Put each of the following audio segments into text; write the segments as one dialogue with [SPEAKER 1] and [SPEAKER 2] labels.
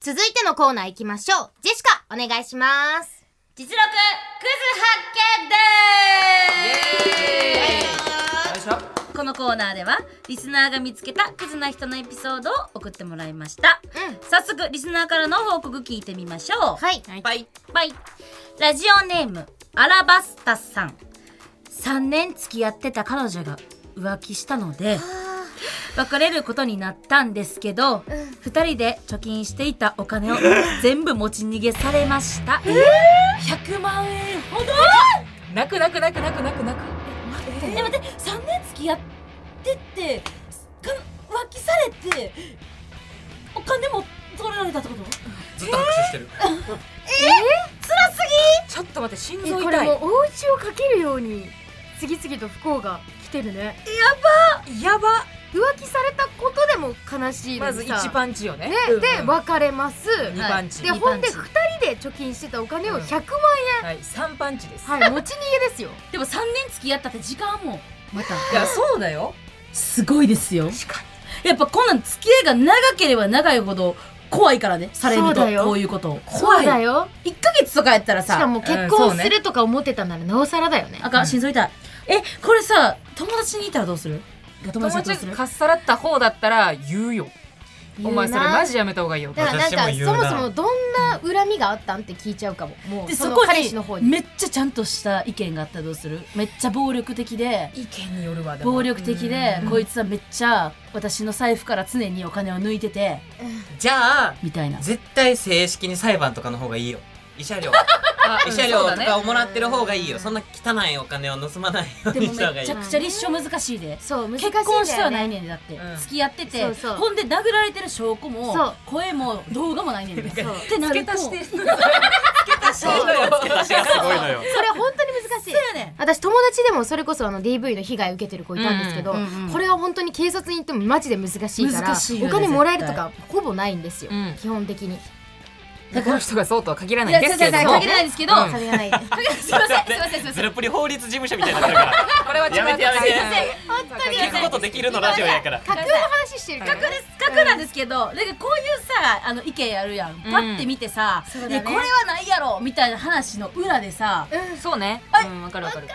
[SPEAKER 1] 続いてのコーナー行きましょう。ジェシカ、お願いします。
[SPEAKER 2] 実力クズ発見でーす
[SPEAKER 3] よいしょ
[SPEAKER 2] このコーナーではリスナーが見つけたクズな人のエピソードを送ってもらいました、
[SPEAKER 1] うん
[SPEAKER 2] 早速リスナーからの報告聞いてみましょう
[SPEAKER 1] はい。
[SPEAKER 3] はい
[SPEAKER 2] バイラジオネームアラバスタさん3年付き合ってた彼女が浮気したので別れることになったんですけど、2人で貯金していたお金を全部持ち逃げされました、100万円ほど
[SPEAKER 3] 泣く泣く泣く泣く泣く泣く
[SPEAKER 2] え待って3年付き合ってってか浮気されてお金も取られたってこと
[SPEAKER 3] ずっと拍手してる
[SPEAKER 4] ちょっと待って心
[SPEAKER 5] え
[SPEAKER 4] 臓
[SPEAKER 5] これ
[SPEAKER 4] 痛い
[SPEAKER 5] もうお家をかけるように次々と不幸が来てるね
[SPEAKER 4] やば
[SPEAKER 5] 浮気されたことでも悲しいの
[SPEAKER 4] ま
[SPEAKER 5] に
[SPEAKER 4] ず
[SPEAKER 5] さ
[SPEAKER 4] 1パンチよね
[SPEAKER 5] ね
[SPEAKER 3] うん
[SPEAKER 5] で別れます、
[SPEAKER 4] 2パンチ
[SPEAKER 5] で
[SPEAKER 2] はい
[SPEAKER 5] ほんで2人で貯金してたお金を100万
[SPEAKER 4] はい3パンチです
[SPEAKER 5] 円、はい、持ち逃げですよ
[SPEAKER 2] でも3年付き合ったって時間もまた
[SPEAKER 4] いやそうだよ
[SPEAKER 2] すごいですよやっぱこんなん付き合いが長ければ長いほど怖いからねされる
[SPEAKER 5] そう
[SPEAKER 2] と
[SPEAKER 5] だよ
[SPEAKER 2] こういうこと
[SPEAKER 5] そ
[SPEAKER 2] 怖
[SPEAKER 5] う
[SPEAKER 2] い
[SPEAKER 5] だよ
[SPEAKER 2] 1ヶ月とかやったら
[SPEAKER 5] し
[SPEAKER 2] さ
[SPEAKER 5] かも結婚するとか思ってたならなおさらだよね
[SPEAKER 2] あかん心臓痛いえこれさ友達にいたらどうする友
[SPEAKER 4] 友
[SPEAKER 2] 達にどうす
[SPEAKER 4] 達
[SPEAKER 2] る
[SPEAKER 4] かっさらった方だったら言うよ
[SPEAKER 5] 言
[SPEAKER 4] お
[SPEAKER 5] うな
[SPEAKER 4] 前それマジやめた方がいいよ
[SPEAKER 5] だからなんか
[SPEAKER 3] 私も言う
[SPEAKER 5] そ
[SPEAKER 3] な
[SPEAKER 5] もそもどんな恨みがあったんって聞いちゃうかももう
[SPEAKER 2] で
[SPEAKER 5] そ
[SPEAKER 2] そ
[SPEAKER 5] の
[SPEAKER 2] こ
[SPEAKER 5] 彼氏の方
[SPEAKER 2] に
[SPEAKER 5] に
[SPEAKER 2] めっちゃちゃんとした意見があったらどうするめっちゃ暴力的で
[SPEAKER 4] 意見によるわでも
[SPEAKER 2] 暴力的でこいつはめっちゃ私の財布から常にお金を抜いてて
[SPEAKER 3] じゃあ
[SPEAKER 2] みたいな
[SPEAKER 3] 絶対正式に裁判とかの方がいいよ 慰謝料
[SPEAKER 4] あ
[SPEAKER 3] 慰謝料
[SPEAKER 4] そう
[SPEAKER 3] と
[SPEAKER 4] だね
[SPEAKER 3] かをもらってる方がいいよそんな汚いお金を盗まないよう
[SPEAKER 2] で
[SPEAKER 3] に
[SPEAKER 2] も
[SPEAKER 3] した方が
[SPEAKER 2] め
[SPEAKER 3] いい
[SPEAKER 2] ちゃくちゃ立証難しいで
[SPEAKER 5] そう難しいん
[SPEAKER 2] 結
[SPEAKER 5] だよ、ね、
[SPEAKER 2] 婚してはない
[SPEAKER 5] ね
[SPEAKER 2] ねんでだって、
[SPEAKER 4] うん
[SPEAKER 2] 付き合ってて
[SPEAKER 5] そうそう
[SPEAKER 2] ほんで殴られてる証拠も
[SPEAKER 5] そう
[SPEAKER 2] 声も動画もないねんで
[SPEAKER 5] そう
[SPEAKER 2] ってなるとそう
[SPEAKER 4] 付け足してるのよ付け足して
[SPEAKER 3] すごいのよ
[SPEAKER 5] それ本当に難しい
[SPEAKER 2] やねん
[SPEAKER 5] 私友達でもそれこそあの DV の被害受けてる子いたんですけど、
[SPEAKER 2] うんうんうん
[SPEAKER 5] これは本当に警察に行ってもマジで難しいから
[SPEAKER 2] 難しいよ
[SPEAKER 5] お
[SPEAKER 2] ね
[SPEAKER 5] 金もらえるとかほぼないんですよ、
[SPEAKER 4] うん
[SPEAKER 5] 基本的に
[SPEAKER 4] この人がそうとは限ら
[SPEAKER 2] い
[SPEAKER 4] ない
[SPEAKER 2] や
[SPEAKER 4] んで
[SPEAKER 2] 違う
[SPEAKER 4] す
[SPEAKER 2] 違う
[SPEAKER 4] けれども
[SPEAKER 2] 限らないですけど、
[SPEAKER 4] うん
[SPEAKER 5] 金がない
[SPEAKER 2] すいませんすいませんすいま
[SPEAKER 3] ゼ
[SPEAKER 2] せん
[SPEAKER 3] ロプリ法律事務所みたいになってるから
[SPEAKER 4] これは違う
[SPEAKER 3] やめてやめて
[SPEAKER 4] 本当
[SPEAKER 3] 聞くことできるのラジオ やから
[SPEAKER 5] 架空の話してるから
[SPEAKER 2] 格です格なんですけど、なんかこういうさあの意見あるやんパッて見てさ、
[SPEAKER 5] そうだね
[SPEAKER 2] でこれはないやろみたいな話の裏でさ、なんか
[SPEAKER 4] そうねうんわかるわかる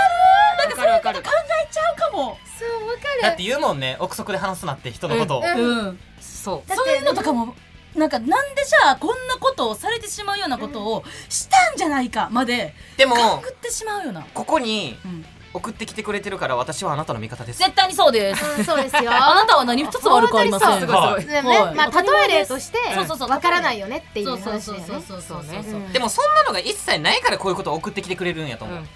[SPEAKER 2] そう
[SPEAKER 4] わかる
[SPEAKER 2] い
[SPEAKER 4] わ
[SPEAKER 2] うこ
[SPEAKER 4] か
[SPEAKER 2] と
[SPEAKER 4] る
[SPEAKER 2] 考えちゃうかも、
[SPEAKER 5] そうわか
[SPEAKER 3] だって言うもんね憶測で話すなって人のことを
[SPEAKER 5] うん
[SPEAKER 2] うん、
[SPEAKER 4] そう
[SPEAKER 2] そういうのとかもなんかなんでじゃあこんなことをされてしまうようなことをしたんじゃないかまで
[SPEAKER 3] でも
[SPEAKER 2] 勘ぐってしまうような、
[SPEAKER 3] ここに
[SPEAKER 2] うん
[SPEAKER 3] 送ってきてくれてるから私はあなたの味方です
[SPEAKER 2] 絶対にそうです
[SPEAKER 5] るうんそうですよ
[SPEAKER 2] あなたは何一つ悪くありませ
[SPEAKER 4] す
[SPEAKER 2] ん
[SPEAKER 4] ごいすごい
[SPEAKER 5] ね
[SPEAKER 2] はい
[SPEAKER 5] まあ例え例として
[SPEAKER 2] そうそうそう
[SPEAKER 5] わからないよねっていう
[SPEAKER 2] そう
[SPEAKER 5] 話だ
[SPEAKER 2] そ
[SPEAKER 5] よ
[SPEAKER 2] う
[SPEAKER 5] ね
[SPEAKER 2] そうそうそうそうそう
[SPEAKER 4] そう
[SPEAKER 5] うん
[SPEAKER 3] でもそんなのが一切ないからこういうことを送ってきてくれるんやと思う、
[SPEAKER 4] うん
[SPEAKER 5] うん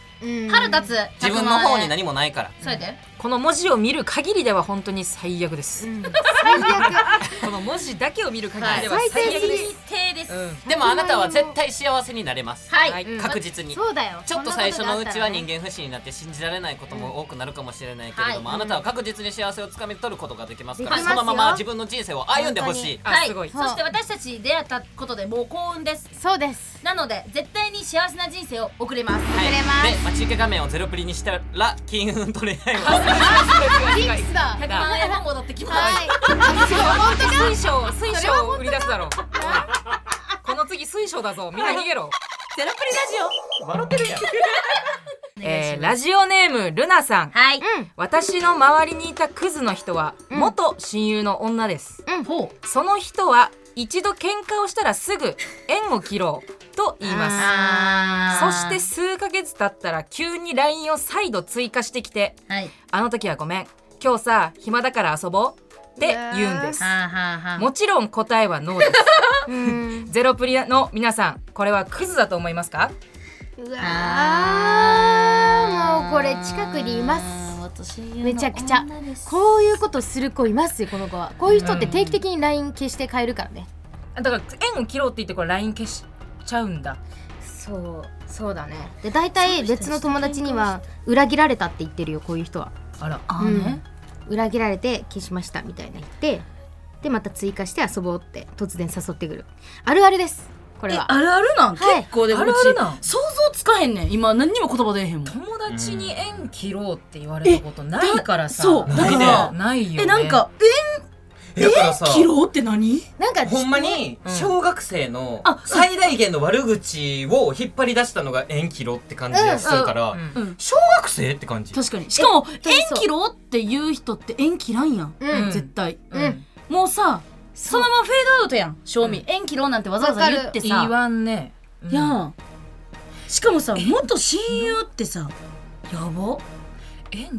[SPEAKER 2] 腹立つ
[SPEAKER 3] 自分の方に
[SPEAKER 2] り
[SPEAKER 3] 何もないから
[SPEAKER 2] そうやで
[SPEAKER 4] この文字を見る限りでは本当に最悪です、
[SPEAKER 5] うん最悪
[SPEAKER 4] この文字だけを見る限りでは
[SPEAKER 5] はい
[SPEAKER 4] 最悪で
[SPEAKER 5] 最
[SPEAKER 4] す、
[SPEAKER 2] 低です
[SPEAKER 4] うん
[SPEAKER 3] でもあなたは絶対幸せになれます
[SPEAKER 2] はい、
[SPEAKER 4] はい
[SPEAKER 5] うん
[SPEAKER 3] 確実に
[SPEAKER 5] そうだよ
[SPEAKER 3] ちょっと最初のうちは人
[SPEAKER 5] 間
[SPEAKER 3] 間不信になって信じられないことも多くなるかもしれないけれども、
[SPEAKER 2] はい
[SPEAKER 3] あなたは確実に幸せをつかみ取ることができますから
[SPEAKER 5] できま
[SPEAKER 3] そ
[SPEAKER 5] すよ
[SPEAKER 3] のまま自分の人生を歩んでほしい
[SPEAKER 4] あ
[SPEAKER 2] はい
[SPEAKER 4] すごい
[SPEAKER 2] そして私たち出会ったことでもう幸運です
[SPEAKER 5] そうです
[SPEAKER 2] なので絶対に幸せな人生を送れます
[SPEAKER 3] はい
[SPEAKER 5] くれます
[SPEAKER 3] で待ち受け画面をゼロプリにしたら金運と恋愛を
[SPEAKER 5] リックスだ
[SPEAKER 2] 100万円も戻ってきます
[SPEAKER 5] はいあそう本当か
[SPEAKER 4] 水晶水晶を売り出すだろう、この次水晶だぞみんな逃げろ
[SPEAKER 2] ゼロプリラジ
[SPEAKER 3] 笑ってるやん
[SPEAKER 2] オお願いし
[SPEAKER 4] えー、
[SPEAKER 2] ます
[SPEAKER 4] ラジオネームルナさん
[SPEAKER 2] はい
[SPEAKER 4] 私の周りにいたクズの人は
[SPEAKER 5] ん
[SPEAKER 4] 元親友の女です、
[SPEAKER 5] うん
[SPEAKER 2] ほ
[SPEAKER 4] その人は一度喧嘩をしたらすぐ縁を切ろうと言いますそ
[SPEAKER 2] あ
[SPEAKER 4] して数ヶ月経ったら急に LINE を再度追加してきて
[SPEAKER 2] はい
[SPEAKER 4] 「あの時はごめん今日さ暇だから遊ぼう」って言うんです
[SPEAKER 2] はあはあはあ
[SPEAKER 4] もちろん答えはノーです
[SPEAKER 5] うん
[SPEAKER 4] ゼロプリの皆さんこれはクズだと思いますか
[SPEAKER 5] うわ
[SPEAKER 2] あ
[SPEAKER 5] ーもうこれ近くにいます
[SPEAKER 2] す
[SPEAKER 5] めちゃくちゃこういうことする子いますよこの子はこういう人って定期的に LINE 消して変えるからね
[SPEAKER 4] だから縁を切ろうって言ってこれ LINE 消しちゃうんだ
[SPEAKER 5] そうそうだねで大体別の友達には裏切られたって言ってるよこういう人は
[SPEAKER 4] あら
[SPEAKER 2] あね
[SPEAKER 5] 裏切られて消しましたみたいな言ってでまた追加して遊ぼうって突然誘ってくるあるあるですこれ
[SPEAKER 2] え
[SPEAKER 5] は
[SPEAKER 2] あるあるなん
[SPEAKER 5] はい
[SPEAKER 2] 結構でうち
[SPEAKER 4] あるあるなん
[SPEAKER 2] 想像つかへんねん今何にも言葉出えへんもん
[SPEAKER 4] 友達に縁切ろうって言われたことないからさ
[SPEAKER 2] そうだ
[SPEAKER 3] から
[SPEAKER 4] ないよね
[SPEAKER 2] えなんか縁
[SPEAKER 3] だからさ
[SPEAKER 2] キロって何
[SPEAKER 1] なんか
[SPEAKER 3] ほんまに
[SPEAKER 4] うん
[SPEAKER 3] 小学生の
[SPEAKER 2] あ
[SPEAKER 3] 最大限の悪口を引っ張り出したのが縁切ろって感じがするから、
[SPEAKER 4] うん
[SPEAKER 2] うん
[SPEAKER 3] 小学生って感じ
[SPEAKER 2] 確かにしかも
[SPEAKER 1] 当にそ
[SPEAKER 2] 縁
[SPEAKER 1] う
[SPEAKER 2] 切ろうって言う人って縁切らんやん、
[SPEAKER 1] うん
[SPEAKER 2] 絶対、
[SPEAKER 1] うん
[SPEAKER 2] もうさそのままフェードアウトやん賞味、
[SPEAKER 4] う
[SPEAKER 2] 縁切ろうなんてわざわざ言って
[SPEAKER 4] 言
[SPEAKER 2] さ
[SPEAKER 4] わんね
[SPEAKER 2] やんしかもさ元親友ってさやばっ
[SPEAKER 4] 縁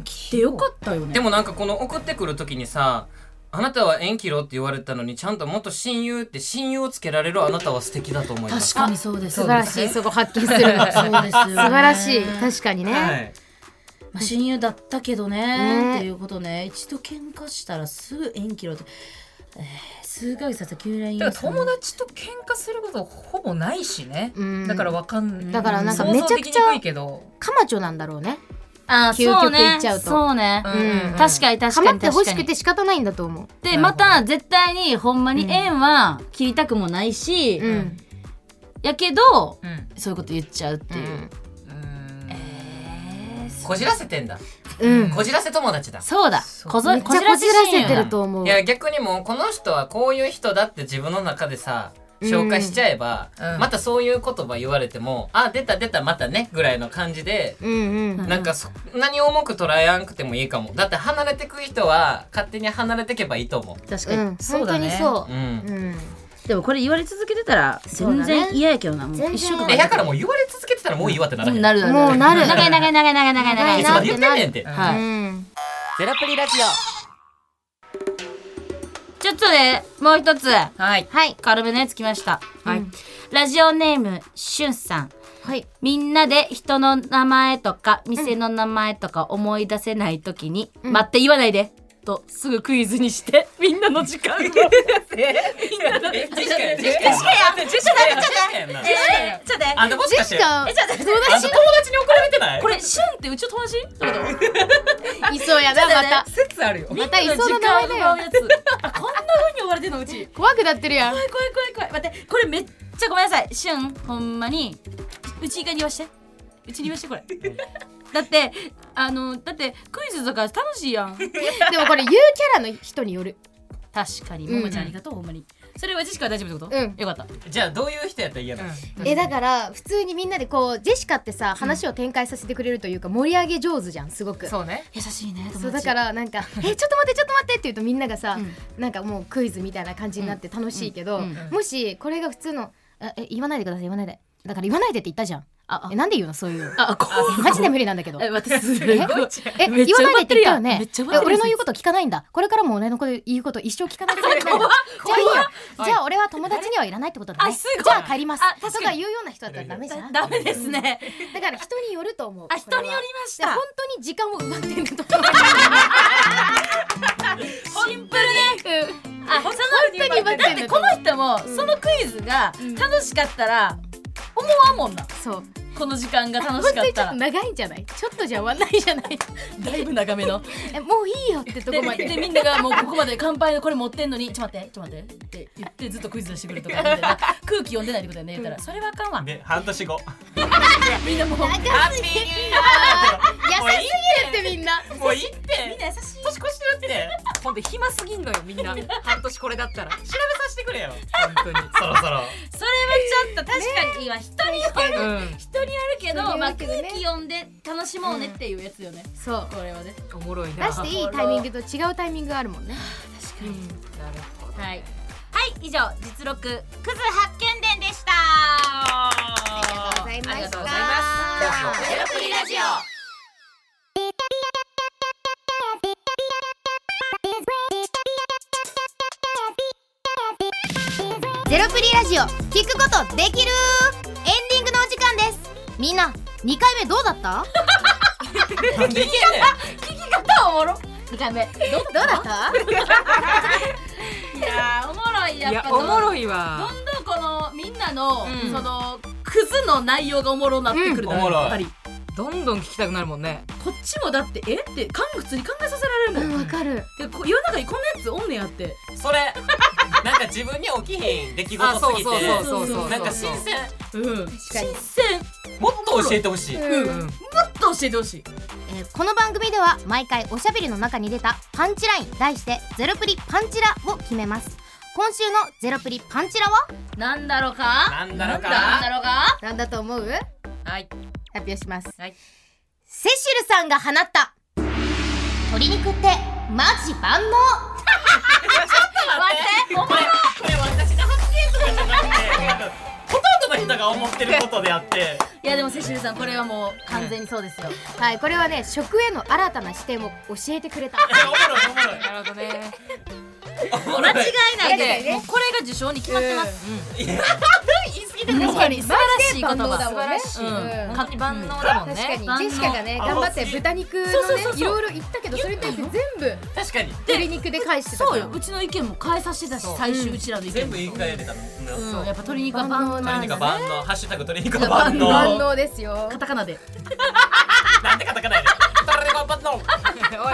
[SPEAKER 2] て
[SPEAKER 4] 切
[SPEAKER 2] よかったよね
[SPEAKER 3] でもなんかこの送ってくる時にさ「あなたは縁切ろう」って言われたのにちゃんと元親友って親友をつけられるあなたは素敵だと思いま
[SPEAKER 2] 確
[SPEAKER 3] す
[SPEAKER 2] かにそうです
[SPEAKER 5] 素晴らしいそこ発見する
[SPEAKER 2] そうですよね
[SPEAKER 5] 素晴らしい確かにね、
[SPEAKER 3] はい、
[SPEAKER 2] まあ、親友だったけどね
[SPEAKER 5] ね
[SPEAKER 2] っていうことね一度喧嘩したらすぐ縁切ろうって、えー、数ヶ月経った急に
[SPEAKER 4] だから友達と喧嘩することほぼないしね
[SPEAKER 5] うん
[SPEAKER 4] だからわかんない
[SPEAKER 5] だからなんか
[SPEAKER 4] 想像
[SPEAKER 5] めちゃくちゃ
[SPEAKER 4] できにくいけど
[SPEAKER 5] カマチョなんだろうね
[SPEAKER 2] あーそう
[SPEAKER 5] 究極
[SPEAKER 2] ね
[SPEAKER 5] 言っちゃうと
[SPEAKER 2] そうね、
[SPEAKER 4] うん
[SPEAKER 5] うん
[SPEAKER 2] 確かに確か
[SPEAKER 5] かま
[SPEAKER 2] に確かに
[SPEAKER 5] ってほしくて仕方ないんだと思う
[SPEAKER 2] で
[SPEAKER 4] なるほど
[SPEAKER 2] また絶対にほんまに縁は切りたくもないし、
[SPEAKER 5] うん、うん
[SPEAKER 2] やけど
[SPEAKER 4] うん
[SPEAKER 2] そういうこと言っちゃうっていう、
[SPEAKER 4] うん
[SPEAKER 3] こじらせてんだ
[SPEAKER 5] うん
[SPEAKER 3] こじらせ友達だ
[SPEAKER 2] そうだ
[SPEAKER 4] そう
[SPEAKER 2] こぞ
[SPEAKER 5] めっちゃこじら
[SPEAKER 2] 親
[SPEAKER 5] せ
[SPEAKER 2] 友
[SPEAKER 5] て
[SPEAKER 2] だ
[SPEAKER 5] ると思う
[SPEAKER 3] いや逆にもうこの人はこういう人だって自分の中でさ紹介しちゃえば、
[SPEAKER 4] うん
[SPEAKER 3] またそういう言葉言われても「あ出た出たまたね」ぐらいの感じで
[SPEAKER 5] うんうん
[SPEAKER 3] なんかそんなに重く捉えあんくてもいいかもだって離れてく人は勝手に離れてけばいいと思
[SPEAKER 2] 確
[SPEAKER 5] う
[SPEAKER 2] かに、
[SPEAKER 5] ん
[SPEAKER 4] そ
[SPEAKER 5] 本
[SPEAKER 4] う
[SPEAKER 5] 当
[SPEAKER 4] だ
[SPEAKER 5] に
[SPEAKER 4] ね
[SPEAKER 5] そう
[SPEAKER 3] う、うん
[SPEAKER 5] う、ん
[SPEAKER 2] でもこれ言われ続けてたら
[SPEAKER 5] そう
[SPEAKER 2] 全
[SPEAKER 5] だね
[SPEAKER 2] 然嫌やけどなも
[SPEAKER 5] 全
[SPEAKER 2] う
[SPEAKER 5] 然
[SPEAKER 2] 一生
[SPEAKER 5] う
[SPEAKER 2] 懸
[SPEAKER 5] ん
[SPEAKER 3] え
[SPEAKER 2] 命
[SPEAKER 3] やからもう言われ続けてたらもういいわってならへん
[SPEAKER 2] なるなる
[SPEAKER 5] もうなる
[SPEAKER 2] 長い長い長い長い長い長い
[SPEAKER 3] いつ
[SPEAKER 5] 長
[SPEAKER 3] ま
[SPEAKER 5] い
[SPEAKER 3] で言ってんねんって
[SPEAKER 4] な
[SPEAKER 2] はい、
[SPEAKER 5] うん
[SPEAKER 3] ゼラプリラジオ
[SPEAKER 2] ちょっとねもう一つ
[SPEAKER 4] はい
[SPEAKER 5] はい
[SPEAKER 2] 軽めのやつきました、
[SPEAKER 5] はい
[SPEAKER 2] うんラジオネームしゅんさん
[SPEAKER 5] はい
[SPEAKER 2] みんなで人の名前とか店の名前とか思い出せないときに「
[SPEAKER 5] うん
[SPEAKER 2] 待って言わないで」とすぐクイズにして みんなの時間をみんなの
[SPEAKER 3] えジェシカやジェシカ
[SPEAKER 2] ジェシカや
[SPEAKER 3] ジェシカやジェシカやな
[SPEAKER 2] えちょっと待って
[SPEAKER 3] あんたもしかしてあん
[SPEAKER 5] か
[SPEAKER 2] えちょっと待って
[SPEAKER 3] た友達に怒られてない
[SPEAKER 2] これシュンってうちの友達ってこと
[SPEAKER 5] いそうやなまた
[SPEAKER 4] 説あるよ
[SPEAKER 5] またい
[SPEAKER 2] みんな
[SPEAKER 5] そ
[SPEAKER 2] の
[SPEAKER 5] う
[SPEAKER 2] 時
[SPEAKER 5] な
[SPEAKER 2] 間
[SPEAKER 5] 名
[SPEAKER 2] を
[SPEAKER 5] 前だ
[SPEAKER 2] 奪う
[SPEAKER 5] よ
[SPEAKER 2] やつあこんな風に追われてんのうち
[SPEAKER 5] 怖くなってるやん
[SPEAKER 2] 怖い怖い怖い怖い待ってこれめっちゃごめんなさいシュンほんまにうち以外に言わしてうちに言わして これだってあのだってクイズとか楽しいやん
[SPEAKER 5] でもこれ言うキャラの人による
[SPEAKER 2] 確かに
[SPEAKER 5] うん
[SPEAKER 2] ももちゃんありがとう、ほんまにそれはジェシカは大丈夫ってこと
[SPEAKER 5] うん
[SPEAKER 2] よかった
[SPEAKER 3] じゃあどういう人やったら嫌なの
[SPEAKER 5] えだから普通にみんなでこうジェシカってさ話を展開させてくれるというか盛り上げ上手じゃんすごく
[SPEAKER 4] そうね
[SPEAKER 2] 優しいね
[SPEAKER 5] そうだからなん か「えちょっと待ってちょっと待って」って言うとみんながさ、なんかもうクイズみたいな感じになって楽しいけど、
[SPEAKER 2] うんうん
[SPEAKER 4] うん
[SPEAKER 5] もしこれが普通の「あえ言わないでください言わないで」だから言わないでって言ったじゃん
[SPEAKER 2] あ
[SPEAKER 5] えなんで言うのそういうの
[SPEAKER 2] あこう
[SPEAKER 5] マジで無理なんだけど
[SPEAKER 2] え
[SPEAKER 5] え
[SPEAKER 2] 私すごい
[SPEAKER 5] え言
[SPEAKER 2] めっちゃ
[SPEAKER 5] わないでって言ったよね
[SPEAKER 2] めっちゃ
[SPEAKER 5] え
[SPEAKER 2] 笑ってる
[SPEAKER 5] 俺の言うこと聞かないんだこれからも俺の言うこと一生聞か ないでくださいじゃあいいよじゃあ俺は友達にはいらないってことだね
[SPEAKER 2] あすごい
[SPEAKER 5] じゃあ帰ります
[SPEAKER 2] あ
[SPEAKER 5] と
[SPEAKER 2] 確かに
[SPEAKER 5] か言うような人だったらダメじゃん
[SPEAKER 2] ダメですね
[SPEAKER 5] だから人によると思う
[SPEAKER 2] あ人によりました
[SPEAKER 5] 本当に時間を奪ってると思う
[SPEAKER 2] シンプルねあ本
[SPEAKER 5] 当に奪ってんの
[SPEAKER 2] だってこの人もそのクイズが楽しかったら思わんもんな
[SPEAKER 5] そう
[SPEAKER 2] この時間が楽
[SPEAKER 5] 本
[SPEAKER 2] し
[SPEAKER 5] 当
[SPEAKER 2] か
[SPEAKER 5] に
[SPEAKER 2] っ
[SPEAKER 5] ちょ
[SPEAKER 2] た
[SPEAKER 5] っと
[SPEAKER 2] ら
[SPEAKER 5] 長いんじゃないちょっとじゃ終わんないじゃない
[SPEAKER 2] だいぶ長 めの
[SPEAKER 5] えもういいよってとこま
[SPEAKER 2] で
[SPEAKER 5] で
[SPEAKER 2] でみんながもうここまで乾杯のこれ持ってんのに「ちょっと待ってちょっと待って」って言ってずっとクイズ出してくるとかみた いな空気読んでないってことだよね言ったら「それはあかんわ」
[SPEAKER 3] で半年後
[SPEAKER 2] みんなもうみ
[SPEAKER 3] ハッピーニューイ ヤ
[SPEAKER 5] 優しすぎるってみんな
[SPEAKER 3] ーもういいって
[SPEAKER 2] んな優しい
[SPEAKER 3] 年越してるって
[SPEAKER 4] ほんで暇すぎんのよみんな半年これだったら
[SPEAKER 3] 調べさせてくれよ本当にそろそろ
[SPEAKER 2] それはちょっと確かに今人による
[SPEAKER 4] うん
[SPEAKER 2] 人によるけど
[SPEAKER 5] 人によ
[SPEAKER 2] まあ
[SPEAKER 5] るけ
[SPEAKER 2] 空
[SPEAKER 5] どね
[SPEAKER 2] 気読んで楽しもうねっていうやつよね
[SPEAKER 5] そう
[SPEAKER 2] これはね
[SPEAKER 4] おもろい
[SPEAKER 5] 出
[SPEAKER 4] な
[SPEAKER 5] していいタイミングと違うタイミングがあるもんね
[SPEAKER 2] 確かに
[SPEAKER 4] なるほど
[SPEAKER 2] はいはい以上実録クズ発見伝でした
[SPEAKER 5] ありがとうございました
[SPEAKER 2] ありがとうございます
[SPEAKER 5] ゼロプリラジオゼロプリラジオ聞くことできるエンディングのお時間ですみんな2回目どうだった
[SPEAKER 3] なんでいけんねん
[SPEAKER 2] どうおもろ
[SPEAKER 5] 2回目どどうだった
[SPEAKER 2] いやーおもろいや
[SPEAKER 4] い
[SPEAKER 2] っ
[SPEAKER 4] や
[SPEAKER 2] ぱ
[SPEAKER 4] おもろ
[SPEAKER 2] い
[SPEAKER 4] い
[SPEAKER 2] ど
[SPEAKER 4] わ
[SPEAKER 2] んどんこのみんなの、
[SPEAKER 4] うん
[SPEAKER 2] そのクズの内容がおもろなってくるから、
[SPEAKER 3] うんおもろい
[SPEAKER 2] やっぱり
[SPEAKER 4] どんどん聞きたくなるもんね
[SPEAKER 2] こっちもだってえってかん普通に考えさせられるもん、
[SPEAKER 5] わかる
[SPEAKER 2] でこ世の中にこんなやつおんねやって
[SPEAKER 3] それなんか自分に起きへん出来
[SPEAKER 4] あ
[SPEAKER 3] 事
[SPEAKER 4] そ
[SPEAKER 3] す
[SPEAKER 4] う
[SPEAKER 3] ぎ
[SPEAKER 4] そうそう
[SPEAKER 3] て
[SPEAKER 4] そうそう
[SPEAKER 3] なんか新鮮
[SPEAKER 2] う
[SPEAKER 5] 確
[SPEAKER 2] ん
[SPEAKER 5] かに
[SPEAKER 2] せん
[SPEAKER 3] もっと教えてほしい
[SPEAKER 4] うん
[SPEAKER 2] もっとと教えてほしい
[SPEAKER 5] えーこの番組では毎回おしゃべりの中に出たパンチライン題して「ゼロプリパンチラ」を決めます今週の「ゼロプリパンチラは」
[SPEAKER 2] なんだろうか
[SPEAKER 6] なんだろうか
[SPEAKER 2] なんだろうか
[SPEAKER 5] なんだと思う発
[SPEAKER 4] はい
[SPEAKER 5] 表します、
[SPEAKER 4] はい
[SPEAKER 5] セシルさんが放った鶏肉ってマジ万能
[SPEAKER 6] お前これ私の発言とかじゃなくてほとんどの人が思ってることであって
[SPEAKER 2] いやでもセシルさんこれはもう完全にそうですよ
[SPEAKER 5] はいこれはね食への新たな視点を教えてくれた
[SPEAKER 6] おもろいおもろい
[SPEAKER 4] なるほどね
[SPEAKER 6] おもろい
[SPEAKER 2] 間違いない
[SPEAKER 4] で
[SPEAKER 2] で
[SPEAKER 4] もうこれが受賞に決まってます、
[SPEAKER 2] 確かに素晴らしい
[SPEAKER 5] マジで
[SPEAKER 2] 言
[SPEAKER 5] 万能だ
[SPEAKER 2] 葉
[SPEAKER 5] も
[SPEAKER 4] 素晴らしい、
[SPEAKER 5] うん
[SPEAKER 4] 本当に万能だも
[SPEAKER 5] 確
[SPEAKER 4] ん ね
[SPEAKER 5] かに、
[SPEAKER 2] 万能
[SPEAKER 5] ジェシカがね
[SPEAKER 6] あ
[SPEAKER 5] 頑張って豚肉のね
[SPEAKER 2] そうそうそうそう
[SPEAKER 5] いろいろ言ったけどそれに対して全部
[SPEAKER 6] 確かに
[SPEAKER 5] 鶏肉で返してた
[SPEAKER 2] そう
[SPEAKER 5] から
[SPEAKER 2] ようちの意見も変えさせてたし
[SPEAKER 6] そう
[SPEAKER 2] 最終うちらの意見
[SPEAKER 6] 全
[SPEAKER 2] も
[SPEAKER 6] 部言い換えれたの
[SPEAKER 2] うん
[SPEAKER 6] そう
[SPEAKER 2] やっぱ鶏肉は
[SPEAKER 5] 万
[SPEAKER 2] 万
[SPEAKER 5] 能
[SPEAKER 2] 能
[SPEAKER 5] な
[SPEAKER 6] 鶏
[SPEAKER 5] ん
[SPEAKER 6] 肉
[SPEAKER 5] だ
[SPEAKER 6] は
[SPEAKER 5] ね
[SPEAKER 6] 万能ハッシュタグ鶏肉は万能
[SPEAKER 5] 万能ですよ
[SPEAKER 2] カタカナで
[SPEAKER 6] なんてカタカナやねん鶏肉は万能
[SPEAKER 4] おい